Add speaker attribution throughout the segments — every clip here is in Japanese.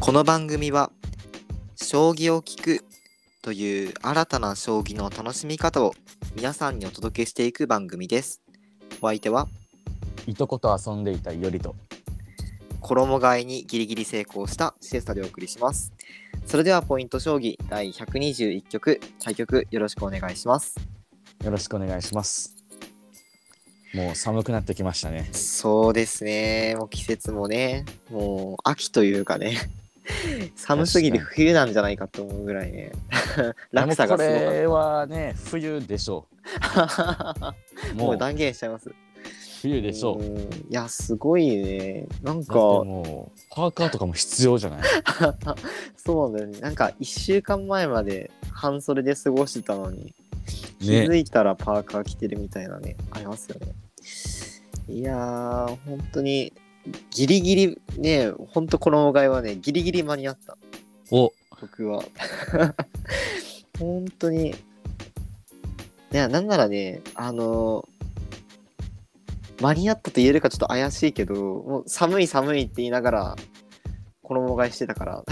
Speaker 1: この番組は「将棋を聞く」という新たな将棋の楽しみ方を皆さんにお届けしていく番組です。お相手はい
Speaker 2: とこと遊んでいたいよりと。
Speaker 1: 衣替えにギリギリ成功したシエスタでお送りします。それではポイント将棋第121局対局よろしくお願いします。
Speaker 2: よろしくお願いします。もう寒くなってきましたね。
Speaker 1: そうですね。もう季節もね、もう秋というか ね。寒すぎて冬なんじゃないかと思うぐらいね。 落差がす
Speaker 2: で
Speaker 1: ご
Speaker 2: も
Speaker 1: か
Speaker 2: こ
Speaker 1: っ
Speaker 2: れはね、冬でしょ
Speaker 1: た。
Speaker 2: う。
Speaker 1: も
Speaker 2: も
Speaker 1: う
Speaker 2: う
Speaker 1: 断言しちゃいます。
Speaker 2: 冬でしょう。だっ
Speaker 1: んいや、すごいね。なん
Speaker 2: て
Speaker 1: か、
Speaker 2: もうパーカーとかも必要 じゃない。
Speaker 1: そうなんだよね。なんか、1週間前まで半袖で過ごしてたのに、気づ
Speaker 2: ね。
Speaker 1: いたらパーカー着てるみたいなね、ありますよね。いやー、本当に、ギリギリ、ね、本当この替えはね、ギリギリ間に合った、
Speaker 2: お、
Speaker 1: 僕は。 本当に。いや、なんならね、あの間に合ったと言えるかちょっと怪しいけど、もう寒い寒いって言いながら、衣替えしてたから、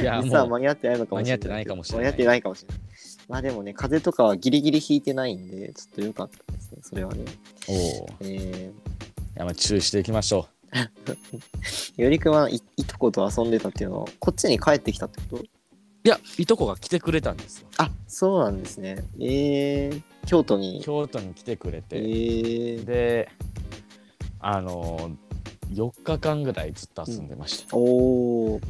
Speaker 2: いや
Speaker 1: 実は
Speaker 2: も
Speaker 1: 間
Speaker 2: う
Speaker 1: に合ってないのかもしれない。
Speaker 2: 間に合ってないかもしれない
Speaker 1: 間に合ってないかもしれない。まあでもね、風邪とかはギリギリ引いてないんで、ちょっと良かったですね、それはね。
Speaker 2: おー、い
Speaker 1: え
Speaker 2: やまあ注意していきましょ
Speaker 1: ー、よりくんはい、いとこと遊んでたっていうのは、こっちに帰ってきたってこと
Speaker 2: う。いや、いとこが来てくれたんですよ。
Speaker 1: あ、そうなんですね。えー、京都に。
Speaker 2: 京都に来てくれ
Speaker 1: え
Speaker 2: て、
Speaker 1: ー、
Speaker 2: で、あのー、4日間ぐらいずっと遊んでました。
Speaker 1: おー、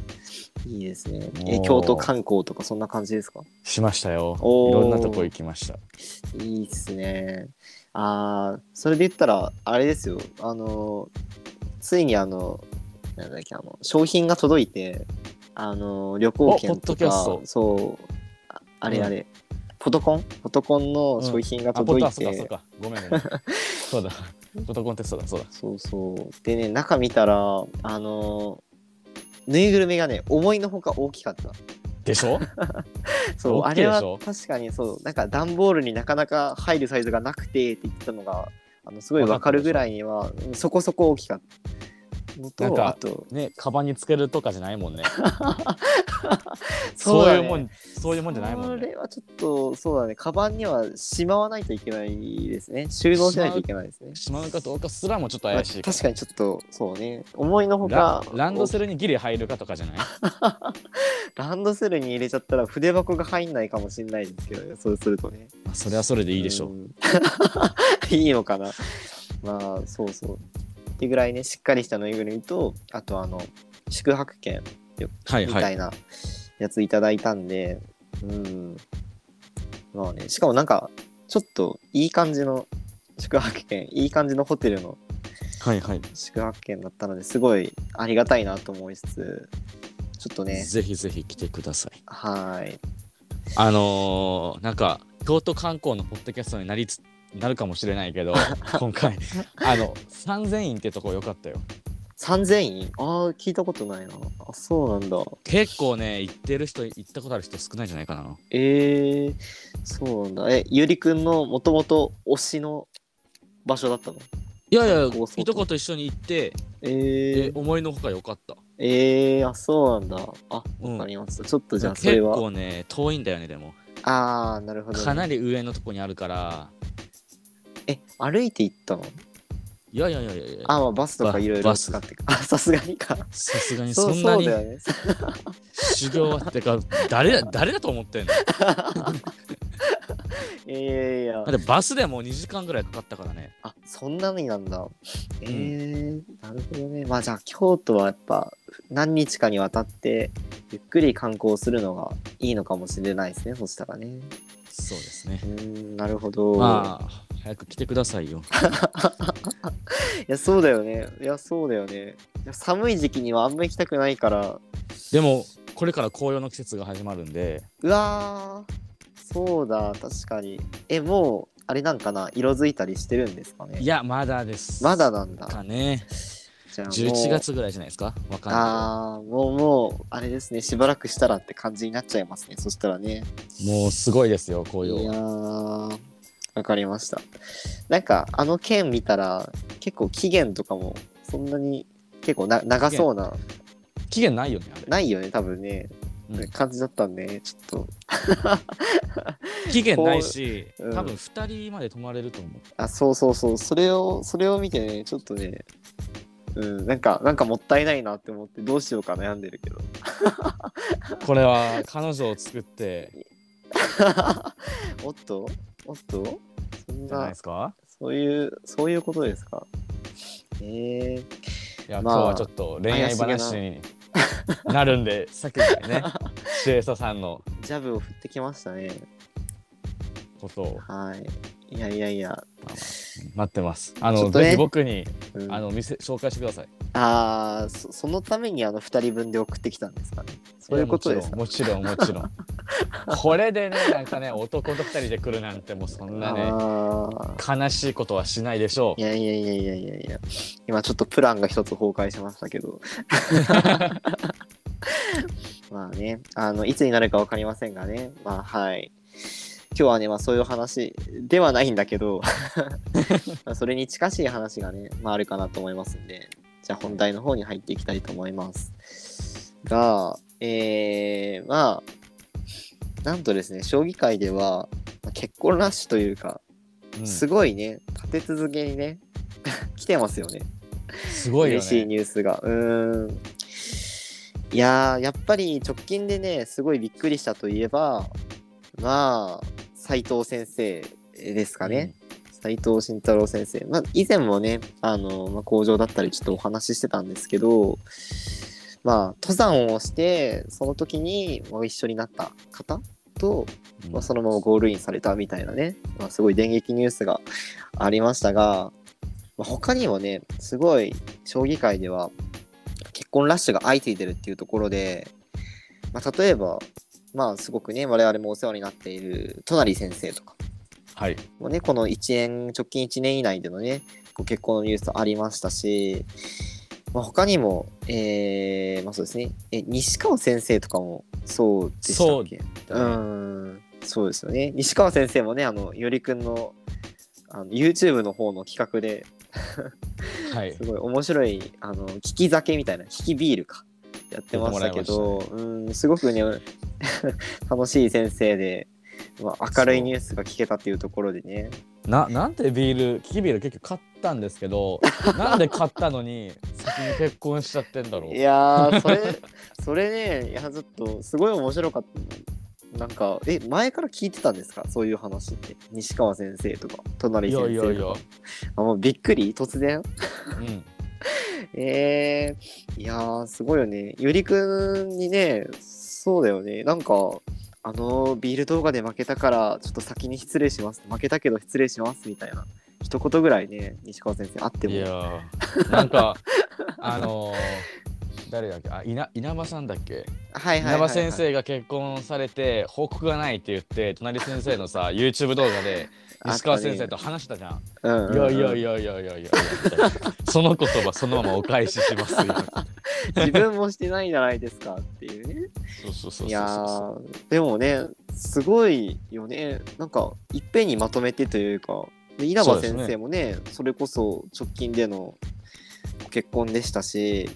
Speaker 1: いいですね。え
Speaker 2: もう
Speaker 1: 京都観光とかそんな感じですか
Speaker 2: しましたよ。い
Speaker 1: おー
Speaker 2: ろんなとこ行きました。
Speaker 1: いいっすね。あー、それで言ったら、あれですよ。あの、ついにあの、なんだっけ、あの、商品が届いて、あの、旅行
Speaker 2: お
Speaker 1: 券
Speaker 2: ポッド
Speaker 1: と
Speaker 2: キャ
Speaker 1: か
Speaker 2: スト、
Speaker 1: そう、ああれ
Speaker 2: うん
Speaker 1: あれ、ポトコンポトコンの商品が
Speaker 2: あ、ポ
Speaker 1: 届
Speaker 2: ッド
Speaker 1: い
Speaker 2: あ、
Speaker 1: て、
Speaker 2: そうか、そうか。ごめん、ごめ ん。そうだ。ポトコンテストだ、そうだ。
Speaker 1: そうそう。でね、中見たら、あの、ぬいぐるみがね、思いのほか大きかった。
Speaker 2: でしょ
Speaker 1: そう、あ
Speaker 2: 大きい
Speaker 1: れ
Speaker 2: でしょ
Speaker 1: は確かにそう、なんか段ボールになかなか入るサイズがなくてって言ってたのが、あのすごいわかるぐらいには、うんそこそこ大きかった。の
Speaker 2: なん
Speaker 1: と、
Speaker 2: か
Speaker 1: あと、
Speaker 2: ね、カバンにつけるとかじゃないもんね。
Speaker 1: そ
Speaker 2: そうう
Speaker 1: だね
Speaker 2: いうもん、そういうもんじゃないもん
Speaker 1: そ
Speaker 2: ね。
Speaker 1: れはちょっと、そうだね、カバンにはしまわないといけないですね。収納しないといけないですね。
Speaker 2: しまうかどうかすらもちょっと
Speaker 1: まあ
Speaker 2: 怪しい
Speaker 1: 確
Speaker 2: か
Speaker 1: か
Speaker 2: ら。
Speaker 1: にちょっと、そうね、思いのほ
Speaker 2: ラ
Speaker 1: か、
Speaker 2: ランドセ
Speaker 1: ル
Speaker 2: ルにギリ入るかとかじゃない
Speaker 1: ランドセルに入れちゃったら筆箱が入んないかもしれないですけどね、そうするとね。
Speaker 2: まあそれはそれでいいでしょう。
Speaker 1: ん いいのかな。まあ、そうそう。ってぐらいね、しっかりしたぬいぐるみと、あとあの、宿泊券
Speaker 2: はい
Speaker 1: み
Speaker 2: は
Speaker 1: た
Speaker 2: い。
Speaker 1: いなやついただいたんで、うん。まあね、しかもなんか、ちょっといい感じの宿泊券、いい感じのホテルの
Speaker 2: はいはい。
Speaker 1: 宿泊券だったので、すごいありがたいなと思いつつ、ちょっとね、
Speaker 2: ぜひぜひ来てください。
Speaker 1: はい。
Speaker 2: あのー、なんか、京都観光のポッドキャストになりつなるかもしれないけ ど、今回、あの、三千院ってとこ良かったよ。
Speaker 1: 3000円ああ、聞いたことないな。あ、そうなんだ。
Speaker 2: 結構ね、行ってる人、行ったことある人少ないんじゃないかな。
Speaker 1: えー、そうなんだ。え、ゆりくんのもともと推しの場所だったの
Speaker 2: いやいや、
Speaker 1: 観光スポット
Speaker 2: いとこと一緒に行って、
Speaker 1: え
Speaker 2: で
Speaker 1: ー、
Speaker 2: 思いのほか良かった。
Speaker 1: えー、あ、そうなんだ。あ、わ
Speaker 2: うん
Speaker 1: かりました。ちょっとじゃあ、それ
Speaker 2: 結
Speaker 1: は。
Speaker 2: 構ね、遠いんだよね、でも。
Speaker 1: あー、なるほど、
Speaker 2: かな
Speaker 1: り。
Speaker 2: り上のとこにあるから、
Speaker 1: え、歩いて行ったの
Speaker 2: いやいやいやいやいや、
Speaker 1: あ、まあ、バスとか
Speaker 2: バ
Speaker 1: いろいろ
Speaker 2: バス
Speaker 1: 使ってか。あ、さすがにか。
Speaker 2: さすがに
Speaker 1: そ、
Speaker 2: そうんな
Speaker 1: そう
Speaker 2: に
Speaker 1: だよね。
Speaker 2: 修行はってか、誰だ、誰だと思ってんのだ
Speaker 1: いやいやいや。
Speaker 2: ってバスでもう2時間ぐらいかかったからね。
Speaker 1: あ、そんなになんだ。えー、なるほどね。まあ、じゃあ、京都はやっぱ、何日かにわたって、ゆっくり観光するのがいいのかもしれないですね、そしたらね。
Speaker 2: そうですね
Speaker 1: う。ーんなるほど、
Speaker 2: まあ、早く来てくださいよ。
Speaker 1: いやそうだよねいやそうだよねいや寒い時期にはあんま行きたくないから
Speaker 2: でも、これから紅葉の季節が始まるんで、
Speaker 1: うわーそうだ確かにえもうあれなんかな色づいたりしてるんですかね
Speaker 2: いや、まだです。
Speaker 1: まだなんだ
Speaker 2: かね。
Speaker 1: じゃあもう
Speaker 2: 11月ぐらいじゃないですかわかんな
Speaker 1: あーもうもうあれですねしばらくしたらって感じになっちゃいますねそしたらね
Speaker 2: い。もうすごいですよ、紅
Speaker 1: いや
Speaker 2: 葉。
Speaker 1: ーわかりましたなんかあの剣見たら結構期限とかもそんなに結構な長そうな
Speaker 2: 期限ないよねあれ
Speaker 1: ないよね多分ね、
Speaker 2: うん
Speaker 1: 感じだったんでちょっと
Speaker 2: 期限ないし、
Speaker 1: うん
Speaker 2: 多分2人まで泊まれると思う
Speaker 1: あそうそうそうそれをそれを見てねちょっとねうん、なんかなんかもったいないなって思ってどうしようか悩んでるけど
Speaker 2: これは彼女を作って
Speaker 1: おっとおっとそん
Speaker 2: じゃない
Speaker 1: な
Speaker 2: ですか
Speaker 1: そういうそういうことですかええ
Speaker 2: いや、
Speaker 1: まあ
Speaker 2: 今日はちょっと恋愛
Speaker 1: 怪し
Speaker 2: 話になるんでさっきか らねシエサさんの
Speaker 1: ジャブを振ってきましたね
Speaker 2: ことを
Speaker 1: はいいやいやいや、
Speaker 2: 待ってますあ
Speaker 1: ちょ
Speaker 2: の、
Speaker 1: っとね
Speaker 2: ぜひ僕に
Speaker 1: うん、
Speaker 2: あの店紹介してください
Speaker 1: あーそそのためにあの2人分で送ってきたんですかねそういうことですか
Speaker 2: もちろんもち ろんもちろんこれでねなんかね男と二人で来るなんてもうそんなね
Speaker 1: あー
Speaker 2: 悲しいことはしないでしょ
Speaker 1: いやいやいやいやいやいや今ちょっとプランが一つ崩壊しましたけどまあねあのいつになるか分かりませんがねまあはい今日はね、まあ、そういう話ではないんだけどまあそれに近しい話がね、まあ、あるかなと思いますんでじゃあ本題の方に入っていきたいと思いますがえー、まあなんとですね将棋界ではまあ結婚ラッシュというか
Speaker 2: う、うん
Speaker 1: す
Speaker 2: す
Speaker 1: ごいね、立て続けにね、 来てますよね。
Speaker 2: ごいよ
Speaker 1: 嬉しい
Speaker 2: ね
Speaker 1: ニュースが。うーん。いやー、やっぱり直近でね、すごいびっくりしたといえば、まあ、斎藤先生ですかね。斎藤慎太郎先生。まあ、以前もね、あの、まあ、工場だったりちょっとお話ししてたんですけど、まあ、登山をして、その時にまあ一緒になった方と、
Speaker 2: うん
Speaker 1: まあ、そのままゴールインされたみたいなね、まあ、すごい電撃ニュースがありましたが、まあ、他にもねすごい将棋界では結婚ラッシュが相次いでるっていうところで、まあ、例えばまあすごくね我々もお世話になっている隣先生とか
Speaker 2: はい
Speaker 1: もうね、この一年、直近1年以内でのね、ご結婚のニュースありましたし、まあ、他にも、えー、まあそうですね、え、西川先生とかもそうでしたっけう,、ん、そうですよね。西川先生もね、あの、よりくんの、あの YouTube の方の企画で
Speaker 2: はい
Speaker 1: すごい面白いあの聞き酒みたいな聞きビールかやってましたけどうんすごくね 楽しい先生で、まあ、明るいニュースが聞けたっていうところでね
Speaker 2: ななんてビールキキビール結局買ったんですけ どなんで買ったのに先に結婚しちゃってんだろう
Speaker 1: いやーそれ それねいやちょっとすごい面白かったなんかえ前から聞いてたんですかそういう話って西川先生とか隣
Speaker 2: い
Speaker 1: 先
Speaker 2: やい
Speaker 1: 生とか
Speaker 2: やいや、
Speaker 1: あもうびっくり突然
Speaker 2: うん、
Speaker 1: えー、いやーすごいよねゆりくんにねそうだよねなんかあのビール動画で負けたからちょっと先に失礼します負けたけど失礼しますみたいな一言ぐらいね西川先生あっても
Speaker 2: いやーなんかあのー誰だっけあ稲稲葉さんだっけ
Speaker 1: はいはい
Speaker 2: 稲
Speaker 1: はい、は
Speaker 2: 葉
Speaker 1: い、
Speaker 2: 先生が結婚されて報告がないって言って隣先生のさ YouTube 動画で西川先生と話したじゃん。
Speaker 1: うんうん
Speaker 2: いや
Speaker 1: うん
Speaker 2: いやいやいやいやいやいやみたいなその言葉そのままお返ししますよ。
Speaker 1: 自分もしてないじゃないですかっていうね
Speaker 2: そうそうそうそうそう
Speaker 1: いやーでもねすごいよねなんかいっぺんにまとめてというかで稲葉先生もねそれこそ直近でのご結婚でしたし、
Speaker 2: うん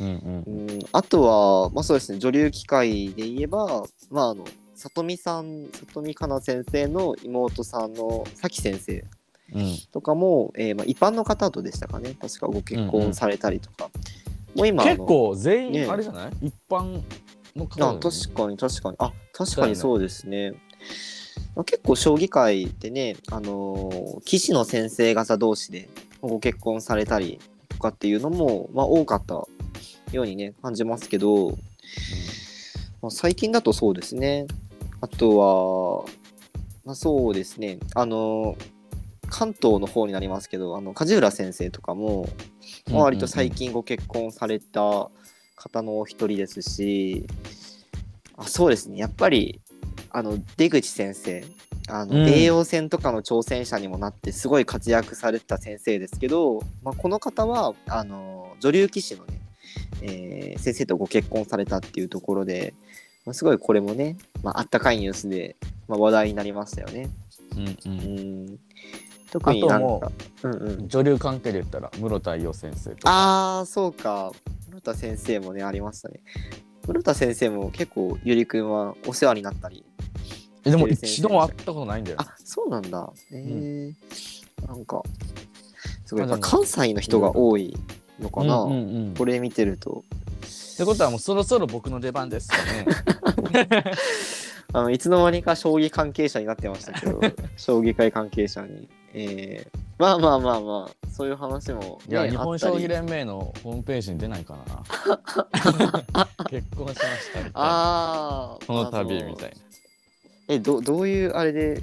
Speaker 2: う。
Speaker 1: うんん、あとはまあそうですね女流棋界で言えばまああの里見さん里見香奈先生の妹さんの咲先生
Speaker 2: うん
Speaker 1: とかも、えーまあ、一般の方とでしたかね確かご結婚されたりとか、もう今あの
Speaker 2: 結構全
Speaker 1: ね
Speaker 2: 員あれじゃない、一般の方だよ
Speaker 1: あ
Speaker 2: ね
Speaker 1: 確かに確かにあ確
Speaker 2: だ
Speaker 1: か
Speaker 2: よ
Speaker 1: に
Speaker 2: ね
Speaker 1: そうですね、まあ結構将棋界でねあのー棋士の先生方同士でご結婚されたりとかっていうのも、まあ、多かったようにね感じますけど、まあ、最近だとそうですねあとは、まあ、そうですねあのー関東の方になりますけどあの梶浦先生とかも
Speaker 2: うん
Speaker 1: まあ割と最。近ご結婚された方のお一人ですし、あそうですねやっぱりあの出口先生あの、
Speaker 2: うん
Speaker 1: 栄養戦とかの挑戦者にもなってすごい活躍されてた先生ですけど、まあ、この方はあの女流棋士のね、えー先生とご結婚されたっていうところで、まあ、すごいこれもね、まああったかいニュースで、まあ、話題になりましたよね。
Speaker 2: うんうんう
Speaker 1: うんん特になんか、うんうん、
Speaker 2: 女流関係で言ったら室田伊代先生とか
Speaker 1: ああそうか室田先生もね、ありましたね。古田先生も結構、ゆりくんはお世話になったり。
Speaker 2: えでも一度も会ったことないんだよ。
Speaker 1: あ、そうなんだ。えーなんか、すごい、
Speaker 2: まあ
Speaker 1: やっぱ
Speaker 2: でも
Speaker 1: 関西の人が多いのかな。
Speaker 2: うんうんうん
Speaker 1: これ見てると。
Speaker 2: ってことはもうそろそろ僕の出番ですか ね。
Speaker 1: あのいつの間にか将棋関係者になってました けど将棋界関係者に、えーまあまあまあまあそういう話も、
Speaker 2: い
Speaker 1: ね、
Speaker 2: や、日本
Speaker 1: あ
Speaker 2: 将棋
Speaker 1: ったり
Speaker 2: 連盟のホームページに出ないか な。結婚しましたみたいな。
Speaker 1: あー
Speaker 2: この度みた
Speaker 1: あ
Speaker 2: い
Speaker 1: のえどどういうあれで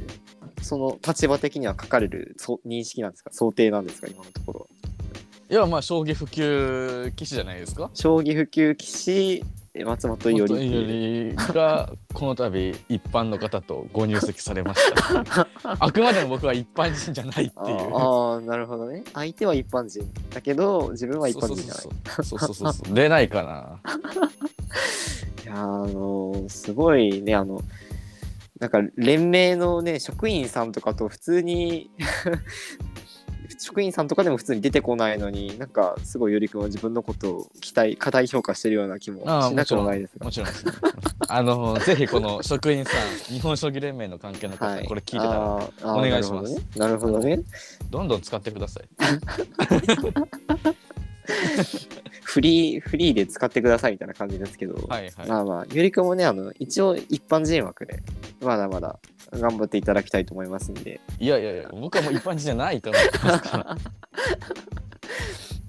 Speaker 1: その立場的には書かれるそう認識なんですか想定なんですか今のところ
Speaker 2: な。いや、まあ、将棋普及棋士じゃないですか。
Speaker 1: 将棋普及棋士え松本伊
Speaker 2: よ
Speaker 1: 織って
Speaker 2: り
Speaker 1: いう
Speaker 2: よりがこの度一般の方とご入籍され ました。あくまでも僕は一般人じゃないっ
Speaker 1: あ
Speaker 2: ていう。
Speaker 1: ーあーなるほどね相手は一般人だけど自分は一般人じゃない
Speaker 2: そうそうそうそうそうそうそう出ないかな。
Speaker 1: いやーあのーすごいねあのなんか連盟のね職員さんとかと普通に 職員さんとかでも普通に出てこないのになんかすごいよりくんは自分のことを期待過大評価してるような気も
Speaker 2: ああ
Speaker 1: しなくもないですが
Speaker 2: もちろんですね。あのぜひこの職員さん、日本将棋連盟の関係の方、
Speaker 1: はい
Speaker 2: これ聞いてたら
Speaker 1: あーあー
Speaker 2: お願いします
Speaker 1: なるほどねなるほどね
Speaker 2: どんどん使ってください。
Speaker 1: フリーフリーで使ってくださいみたいな感じですけど、
Speaker 2: はいはい。
Speaker 1: まあまあよりくんもねあの一応一般人枠でまだまだ頑張っていただきたいと思いますんで
Speaker 2: いやいやいや、僕はもう一般人じゃない と思ってますから。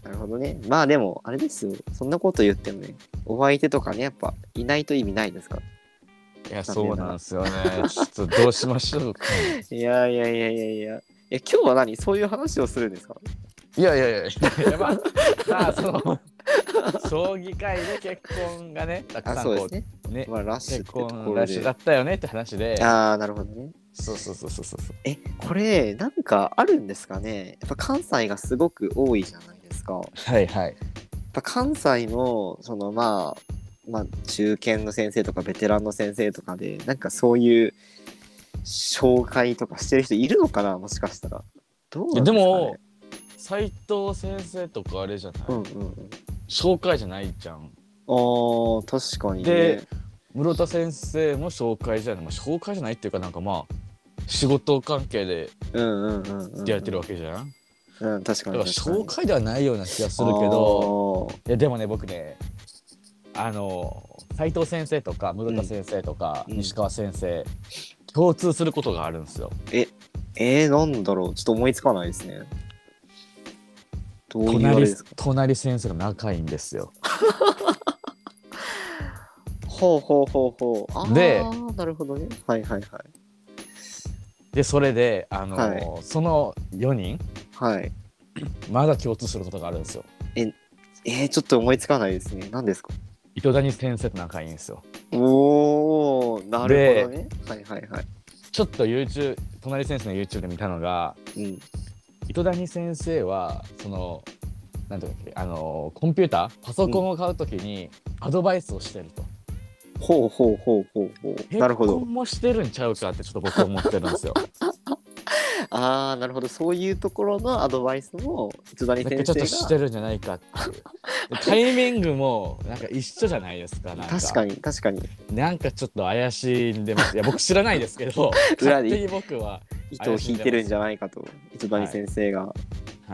Speaker 1: なるほどね。まあでも、あれですよ。そんなこと言ってもね、お相手とかね、やっぱいないと意味ないですか
Speaker 2: いや、そうなんですよね。ちょっとどうしましょうか。
Speaker 1: ら。いやいやいやいやいや。え、今日は何そういう話をするんですか
Speaker 2: いやいやいやいや、 まあ、まあ、その、将棋界で結婚がね、たく
Speaker 1: あ、
Speaker 2: さん
Speaker 1: そう
Speaker 2: こ
Speaker 1: で
Speaker 2: う
Speaker 1: すね。
Speaker 2: ね
Speaker 1: まあ、ラッシュっ
Speaker 2: 結
Speaker 1: てとこ
Speaker 2: 婚
Speaker 1: ろ
Speaker 2: ラッシュだ
Speaker 1: で
Speaker 2: っ。たよねって話で、
Speaker 1: ああ、なるほどね。
Speaker 2: そうそうそうそうそう。
Speaker 1: え、これ、なんかあるんですかねやっぱ関西がすごく多いじゃないですか。やっ
Speaker 2: はいはい。
Speaker 1: ぱ関西の、そのまあ、まあ、中堅の先生とかベテランの先生とかで、なんかそういう紹介とかしてる人いるのかなもしかしたら。どうなん
Speaker 2: で
Speaker 1: ですか、ね、
Speaker 2: も、斎藤先生とかあれじゃない、
Speaker 1: うんうんうん。
Speaker 2: 紹介じゃないじゃん。
Speaker 1: ああ、確かに、ね。
Speaker 2: で、室田先生も紹介じゃない、まあ、紹介じゃないっていうか、なんかまあ、仕事関係で
Speaker 1: うんうんうんうん、うん。
Speaker 2: 出会ってるわけじゃん。
Speaker 1: うん、確か
Speaker 2: だ
Speaker 1: に
Speaker 2: から
Speaker 1: 確かに。
Speaker 2: 紹介ではないような気がするけど
Speaker 1: ど。
Speaker 2: いやでもね僕ねあの斉藤先生とか室田先生とか、
Speaker 1: うん
Speaker 2: 西川先生共通することがあるんですよ。
Speaker 1: えー、なんだろう。ちょっと思いつかないですね。どういうあれで
Speaker 2: 隣
Speaker 1: すか
Speaker 2: 隣先生が仲いいんですよ。
Speaker 1: ほうほうほうほう。あー
Speaker 2: で
Speaker 1: なるほどね。はいはいはい。
Speaker 2: でそれであの、
Speaker 1: は
Speaker 2: その4人
Speaker 1: はい。
Speaker 2: まだ共通することがあるんですよ。
Speaker 1: えー、ちょっと思いつかないですね。何ですか
Speaker 2: 糸谷先生と仲いいんですよ。
Speaker 1: おー、なるほどね。はいはいはい。
Speaker 2: ちょっと YouTube 隣先生の YouTube で見たのが
Speaker 1: うん。
Speaker 2: 糸谷先生はそのなんていうかあのコンピューターパソコンを買うときにアドバイスをしてると。
Speaker 1: ほうほうほうほうほう。なるほ
Speaker 2: 結
Speaker 1: ど。
Speaker 2: 婚もしてるんちゃうかってちょっと僕は思ってるん ですよ。
Speaker 1: ああ、なるほど。そういうところのアドバイスも、津谷
Speaker 2: な
Speaker 1: 先
Speaker 2: ん
Speaker 1: 生
Speaker 2: か
Speaker 1: が。
Speaker 2: ちょっとしてるんじゃないかっ ていう。タイミングもなんか一緒じゃないですか。なんか
Speaker 1: 確かに確かに。
Speaker 2: なんかちょっと怪しいんで ます。いや僕知らないですけど、
Speaker 1: 裏
Speaker 2: 勝
Speaker 1: で
Speaker 2: 手に僕は、
Speaker 1: 糸を引いてるんじゃないかと糸谷先生が、
Speaker 2: は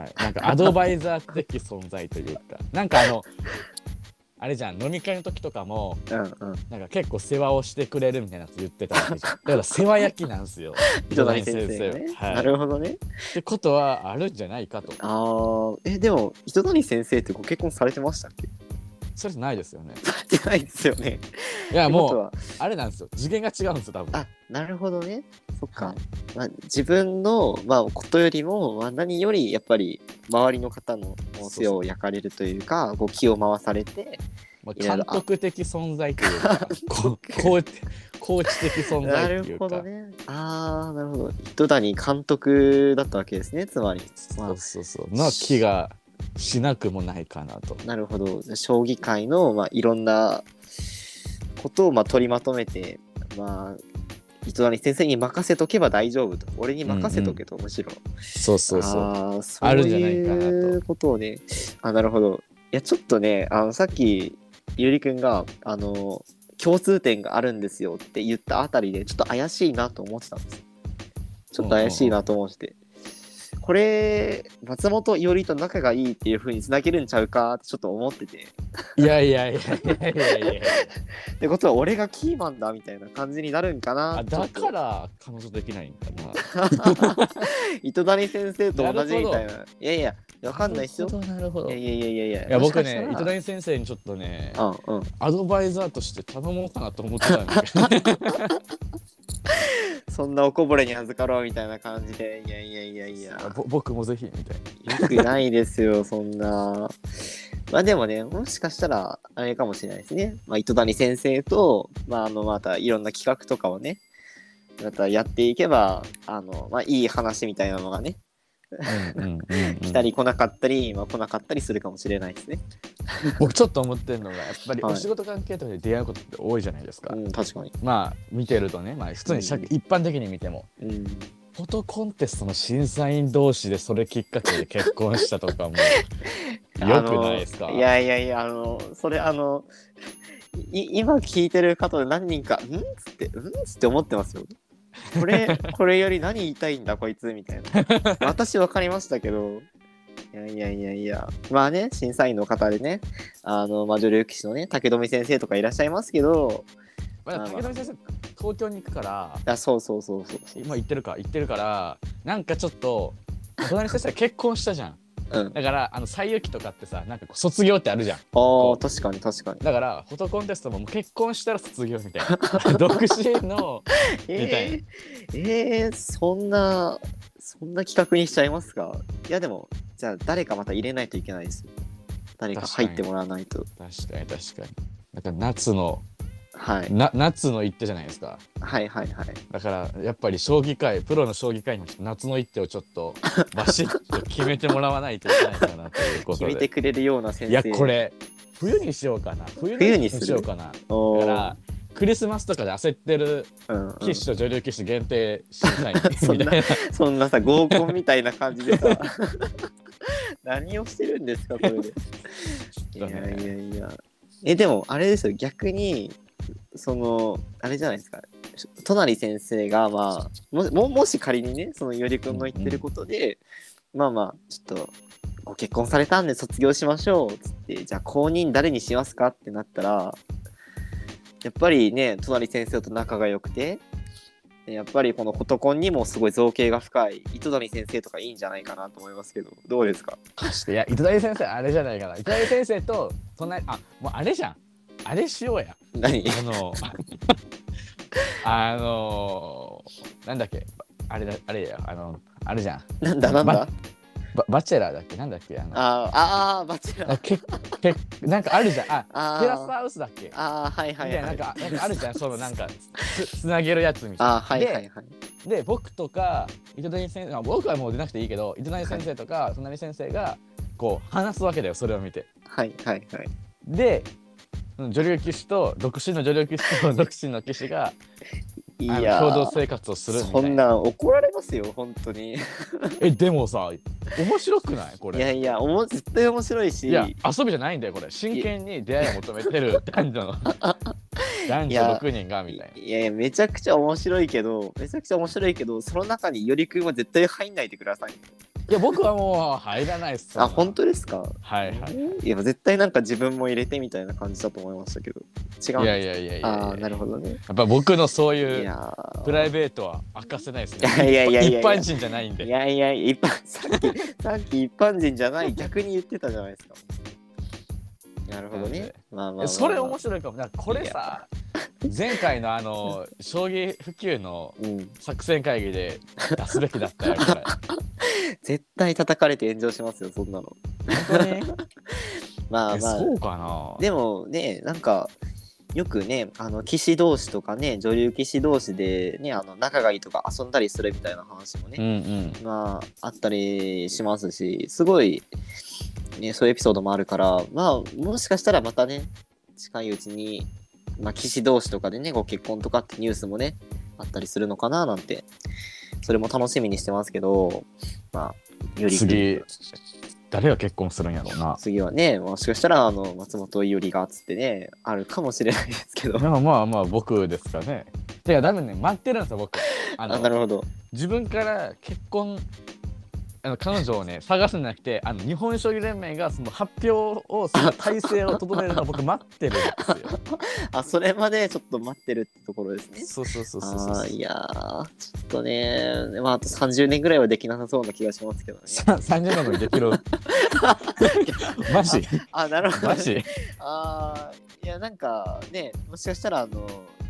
Speaker 2: い、なんかアドバイザー的存在というか、なんかあの、あれじゃん、飲み会の時とかも、
Speaker 1: うんうん、
Speaker 2: なんか結構世話をしてくれるみたいなこと言ってたわけ じゃん。だから世話焼きなんですよ。
Speaker 1: 糸谷先生ね、
Speaker 2: は。
Speaker 1: ない
Speaker 2: っ
Speaker 1: るほどね
Speaker 2: てことはあるんじゃないかと。
Speaker 1: あーえでも糸谷先生ってご結婚されてましたっけ
Speaker 2: それないですよね。
Speaker 1: されてないですよね
Speaker 2: いやも
Speaker 1: ってこと
Speaker 2: う
Speaker 1: は
Speaker 2: あれなんですよ次元が違うんですよ多分
Speaker 1: あなるほどねそっか、
Speaker 2: はい
Speaker 1: まあ、自分の、まあ、ことよりも、まあ、何よりやっぱり周りの方のお世話を焼かれるというかご気を回されて
Speaker 2: まあ
Speaker 1: いろいろ
Speaker 2: 監督的存在というかこうコーチコーチ的存在
Speaker 1: な
Speaker 2: ってい
Speaker 1: る
Speaker 2: う
Speaker 1: ほ
Speaker 2: か
Speaker 1: どねああなるほど糸谷監督だったわけですねつまりま
Speaker 2: そ
Speaker 1: あ
Speaker 2: うそうそうの気がしなくもないかなと
Speaker 1: なるほど将棋界の、まあ、いろんなことを、まあ、取りまとめて、まあ、糸谷先生に任せとけば大丈夫と俺に任せとけと、むしろ
Speaker 2: そうそうそう
Speaker 1: あーそう
Speaker 2: あるんじゃないかなと
Speaker 1: いうことをねあなるほどやちょっとねあのさっきゆりくんがあの共通点があるんですよって言ったあたりでちょっと怪しいなと思ってたんですちょっと怪しいなと思っててこれ松本伊織と仲がいいっていう風につなげるんちゃうかってちょっと思ってて
Speaker 2: いやいやいやいやいや いやいや
Speaker 1: ってことは俺がキーマンだみたいな感じになるんかな
Speaker 2: あ
Speaker 1: ってちょ
Speaker 2: だ
Speaker 1: っと
Speaker 2: から彼女できないんかな
Speaker 1: 糸谷先生と同じみたいなないやいやわかんないっすよ
Speaker 2: なるほど
Speaker 1: いや
Speaker 2: い
Speaker 1: いやいやいやいや
Speaker 2: や僕
Speaker 1: もしか
Speaker 2: ね
Speaker 1: し
Speaker 2: 糸
Speaker 1: たら
Speaker 2: 谷先生にちょっとね
Speaker 1: うんうん
Speaker 2: アドバイザーとして頼もうかなと思ってたんだけど
Speaker 1: そんなおこぼれに預かろうみたいな感じでいやいやいやいや
Speaker 2: ぼ僕もぜひみたいな
Speaker 1: よくないですよ、そんな。まあでもね、もしかしたら、あれかもしれないですね。まあ、糸谷先生と、まあ、あの、またいろんな企画とかをね、またやっていけば、あの、まあ、いい話みたいなのがね、
Speaker 2: うんうん うんうん
Speaker 1: 来たり来なかったり、まあ、来なかったりするかもしれないですね。
Speaker 2: 僕ちょっと思ってるのがやっぱり
Speaker 1: はい
Speaker 2: お仕事関係とかで出会うことって多いじゃないですか、
Speaker 1: うん、確かに。
Speaker 2: まあ見てるとね、まあ、普通に社、
Speaker 1: うん
Speaker 2: 一般的に見ても
Speaker 1: うん。
Speaker 2: フォトコンテストの審査員同士でそれきっかけで結婚したと かもよくないですか
Speaker 1: あのいやいやいや、あの、それ、あの、い今聞いてる方で何人か、んっつって、んっつって思ってますよ。これ、これより何言いたいんだ、こいつ、みたいな。私分かりましたけど、いやいやいやいや、まあね、審査員の方でね、あの、まあ、女流棋士のね、竹富先生とかいらっしゃいますけど、
Speaker 2: まあ、武田先生東京に行くから
Speaker 1: あそうそうそうそうそう。
Speaker 2: 今行ってるか行ってるからなんかちょっと隣の先生結婚したじゃん
Speaker 1: うん。
Speaker 2: だからあの最有期とかってさなんかこう卒業ってあるじゃん
Speaker 1: ああ、確かに確かに。
Speaker 2: だからフォトコンテストももう結婚したら卒業みたい な独身のみたいな
Speaker 1: えー、えーそんなそんな企画にしちゃいますかいやでもじゃあ誰かまた入れないといけないですよ誰か入ってもらわないと
Speaker 2: 確かに確かになんか夏の
Speaker 1: はい
Speaker 2: な夏の一手じゃないですか
Speaker 1: はいはいはい
Speaker 2: だからやっぱり将棋界プロの将棋界の人夏の一手をちょっ とバシッと決めてもらわないといけないかなというこ
Speaker 1: 決
Speaker 2: と
Speaker 1: めて
Speaker 2: で
Speaker 1: くれるような先
Speaker 2: い
Speaker 1: 生
Speaker 2: やこれ冬にしようかな
Speaker 1: 冬
Speaker 2: 冬
Speaker 1: に
Speaker 2: に
Speaker 1: する
Speaker 2: しようかな
Speaker 1: お
Speaker 2: だ
Speaker 1: ー
Speaker 2: からクリスマスとかで焦ってる
Speaker 1: うんうん
Speaker 2: 棋士と女流棋士限定しない
Speaker 1: そん
Speaker 2: み
Speaker 1: な
Speaker 2: たいな
Speaker 1: そんなさ合コンみたいな感じでさ 何をしてるんですかこれでい
Speaker 2: ょ
Speaker 1: や
Speaker 2: っ
Speaker 1: い
Speaker 2: とね
Speaker 1: やいやえでもあれですよ逆にそのあれじゃないですか隣先生がまあもももし仮にねそのよりくんの言ってることで、まあまあちょっとご結婚されたんで卒業しましょうっつってじゃあ公認誰にしますかってなったらやっぱりね隣先生と仲が良くてでやっぱりこのフォトコンにもすごい造形が深い糸谷先生とかいいんじゃないかなと思いますけどどうですか
Speaker 2: いや糸谷先生あれじゃないかな糸谷先生と隣あもうあれじゃんあれしようや
Speaker 1: 何
Speaker 2: あのあのなんだっけあれだあれやあのあれじゃん
Speaker 1: なんだなんだ、
Speaker 2: まババチェラーだっけなんだっけあの
Speaker 1: あーあー、バチェラ
Speaker 2: あ
Speaker 1: ー。
Speaker 2: けけなんかあるじゃんあ
Speaker 1: あー
Speaker 2: テラスハウスだっけ
Speaker 1: ああ、はいはい
Speaker 2: みたいな
Speaker 1: は
Speaker 2: なん
Speaker 1: い。
Speaker 2: かなんかあるじゃんそのな んかつつなげるやつみたいな
Speaker 1: ああ、はいはいはい。
Speaker 2: で僕とか糸谷先生あ僕はもう出なくていいけど糸谷先生とか隣先生がこう話すわけだよそれを見て
Speaker 1: はいはいはい。
Speaker 2: でうん女流棋士と独身の女流棋士と独身の棋士が
Speaker 1: い
Speaker 2: あの
Speaker 1: や
Speaker 2: 共同
Speaker 1: ー、
Speaker 2: 生活をするみた
Speaker 1: そ
Speaker 2: い
Speaker 1: ん
Speaker 2: な
Speaker 1: なん怒られますよ、本当に。い
Speaker 2: えでもさ面白くないこれ
Speaker 1: やいや、おも絶対面白いし、
Speaker 2: いや遊びじゃないんだよこれ真剣に出会いを求めてる男女の男
Speaker 1: い
Speaker 2: 女
Speaker 1: や
Speaker 2: 6人がみたい
Speaker 1: いやいや、めちゃくちゃ面白いけど、めちゃくちゃ面白いけど、その中によりくんは絶対入んないでください。
Speaker 2: ないや僕はもう入らないっす
Speaker 1: あ、本
Speaker 2: 当
Speaker 1: 当ですか
Speaker 2: はいはい
Speaker 1: いや、絶対なんか自分も入れてみたいな感じだと思いましたけど。違うん
Speaker 2: い
Speaker 1: だ
Speaker 2: やいやいやいや
Speaker 1: ああ、な
Speaker 2: や
Speaker 1: るほどね。
Speaker 2: っぱ僕のそう
Speaker 1: い
Speaker 2: いう
Speaker 1: やー
Speaker 2: プライベートは明かせないですね
Speaker 1: いやいやいやいや
Speaker 2: 一般人じゃないん
Speaker 1: い
Speaker 2: で
Speaker 1: やい や、一般、さっき、さっき一般人じゃない、逆に言ってたじゃないですか。なるほど
Speaker 2: なの
Speaker 1: ね
Speaker 2: で。
Speaker 1: まあまあまあまあ、
Speaker 2: えそれ面白いかもだからこれさ前回のあの将棋普及の
Speaker 1: うん、
Speaker 2: 作戦会議で出すべきだったよこ れ
Speaker 1: 絶対叩かれて炎上しますよ、そんなの。
Speaker 2: 本当に
Speaker 1: まあ
Speaker 2: え
Speaker 1: まあ、
Speaker 2: そうかな
Speaker 1: でもね、なんか、よくね、あの、棋士同士とかね、女流棋士同士でね、あの、仲がいいとか遊んだりするみたいな話もね
Speaker 2: う、んうん
Speaker 1: まあ、あったりしますし、すごい、ね、そういうエピソードもあるから、まあ、もしかしたらまたね、近いうちに、まあ、棋士同士とかでね、ご結婚とかってニュースもね、あったりするのかななんて、それも楽しみにしてますけど、まあ、より、
Speaker 2: 次誰が結婚するんやろうな。
Speaker 1: 次はねもしかしたらあの松本伊織がつってねあるかもしれないですけど
Speaker 2: でもまあまあ僕ですかね。いや多分ね待ってるんですよ僕。あ
Speaker 1: あ
Speaker 2: の
Speaker 1: なるほど
Speaker 2: 自分から結婚あの彼女をね探すんじゃなくてあの日本将棋連盟がその発表をする体制を整えるのを僕待ってるんで
Speaker 1: あそれまでちょっと待ってるってところですね
Speaker 2: すよ。そうそうそうそう
Speaker 1: あ
Speaker 2: そ
Speaker 1: あ
Speaker 2: う
Speaker 1: ー。いやーちょっとねまああと30年ぐらいはできなさそうな気がしますけどね
Speaker 2: さ三十年後にで きる。マジ
Speaker 1: あなるほど
Speaker 2: マジ。
Speaker 1: あーいやなんかねもしかしたらあの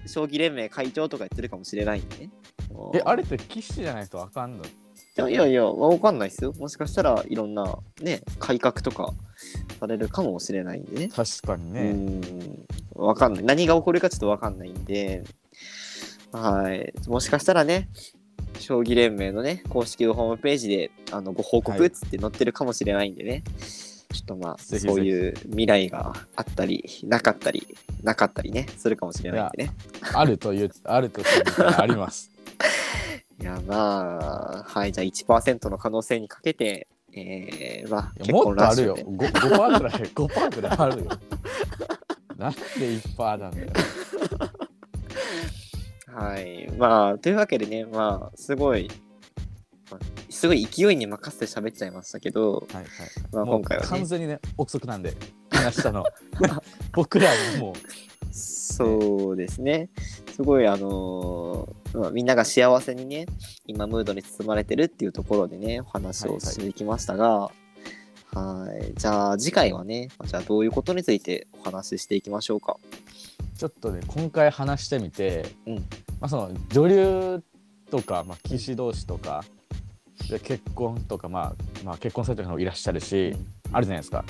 Speaker 1: 将棋連盟会長とかやってるかもしれないんでねもう
Speaker 2: えあれって棋士じゃないとあかんの。
Speaker 1: いやいやいやわかんないですよもしかしたらいろんなね改革とかされるかもしれないんでね
Speaker 2: 確かに
Speaker 1: う
Speaker 2: ね。
Speaker 1: んわかんない何が起こるかちょっとわかんないんではいもしかしたらね将棋連盟のね公式のホームページであのご報告っつって載ってるかもしれないんでね、ちょっとまあ
Speaker 2: ぜひぜ
Speaker 1: そ
Speaker 2: ひ
Speaker 1: ういう未来があったりなかったりなかったりねするかもしれないんでね
Speaker 2: あるというあると信じたらあります。
Speaker 1: いやまあはいじゃあ1%の可能性にかけてえー、まあ
Speaker 2: い
Speaker 1: 結
Speaker 2: やも
Speaker 1: 婚
Speaker 2: っと
Speaker 1: ラ
Speaker 2: あ
Speaker 1: ッシ
Speaker 2: る
Speaker 1: ュ
Speaker 2: よ。
Speaker 1: で
Speaker 2: 五五パーぐらい 五パーぐらいあるよ。なんで一パーなんだよ。
Speaker 1: はいまあというわけでねまあすごい、まあすごい勢いに任せて喋っちゃいましたけど、
Speaker 2: はいはいはい。
Speaker 1: まあ、
Speaker 2: もう
Speaker 1: 今回は
Speaker 2: 完
Speaker 1: ね
Speaker 2: 全にね憶測なんで話したの。 僕らもも
Speaker 1: そうですねすごいあのーまあみんなが幸せにね今ムードに包まれてるっていうところでねお話
Speaker 2: はいは
Speaker 1: を
Speaker 2: い
Speaker 1: してきましたが。はいじゃあ次回はねじゃあどういうことについてお話ししていきましょうか
Speaker 2: うちょっとね今回話してみて、
Speaker 1: うん
Speaker 2: まあその女流とかまあ棋士同士とか。で結婚とか、まあ、まあ結婚されてる方もいらっしゃるし、あるじゃないですか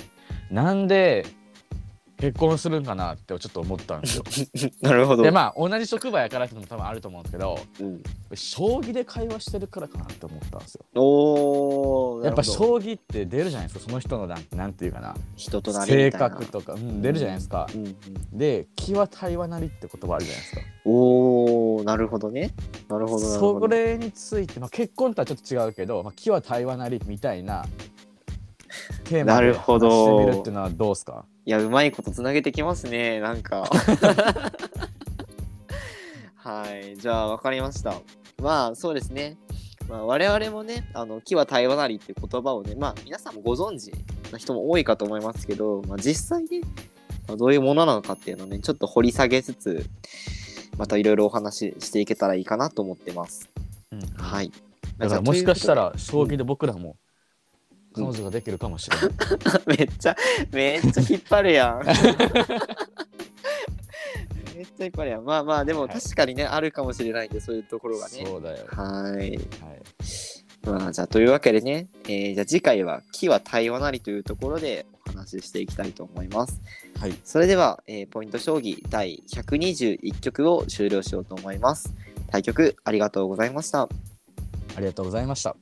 Speaker 2: なんで結婚するんかなってちょっと思ったん ですよ
Speaker 1: なるほど
Speaker 2: でまあ同じ職場やからっていうのも多分あると思うんですけど
Speaker 1: うん、
Speaker 2: 将棋で会話してるからかなって思ったんですよ
Speaker 1: おー
Speaker 2: やっぱ
Speaker 1: なるほど
Speaker 2: 将棋って出るじゃないですかその人のなんなんていうかな
Speaker 1: 人となり
Speaker 2: 性
Speaker 1: みたいな
Speaker 2: 格とか、うん、出るじゃないですか、
Speaker 1: うんうん、
Speaker 2: で気は対話なりって言葉あるじゃないですか
Speaker 1: おおなるほどねなるほどなるほど
Speaker 2: それについて、まあ、結婚とはちょっと違うけど、まあ、気は対話なりみたいなテーマ
Speaker 1: な
Speaker 2: で
Speaker 1: る
Speaker 2: 話
Speaker 1: ほど
Speaker 2: してみるっていうのはどうですか
Speaker 1: いやうまいことつなげてきますねなんかはいじゃあ分かりましたまあそうですね、まあ、我々もね「あの木は対話なり」っていう言葉をねまあ皆さんもご存知な人も多いかと思いますけど、まあ、実際ねまあどういうものなのかっていうのをねちょっと掘り下げつつまたいろいろお話ししていけたらいいかなと思ってます。
Speaker 2: うん、
Speaker 1: はいい。
Speaker 2: だからもしかしたら将棋で僕らも彼女ができるかもしれな
Speaker 1: め
Speaker 2: い、
Speaker 1: っちゃめっちゃ引っ張るやん。めっちゃ引っ張るやん。まあまあでも
Speaker 2: はい
Speaker 1: 確かにね、あるかもしれないんでそういうところがね。
Speaker 2: そうだよ、
Speaker 1: はい。
Speaker 2: はい、
Speaker 1: まあじゃあというわけでね、えーじゃあ次回は「木は対話なり」というところでお話ししていきたいと思います。
Speaker 2: はい
Speaker 1: それでは、えーポイント将棋第121局を終了しようと思います。対局ありがとうございました。
Speaker 2: ありがとうございました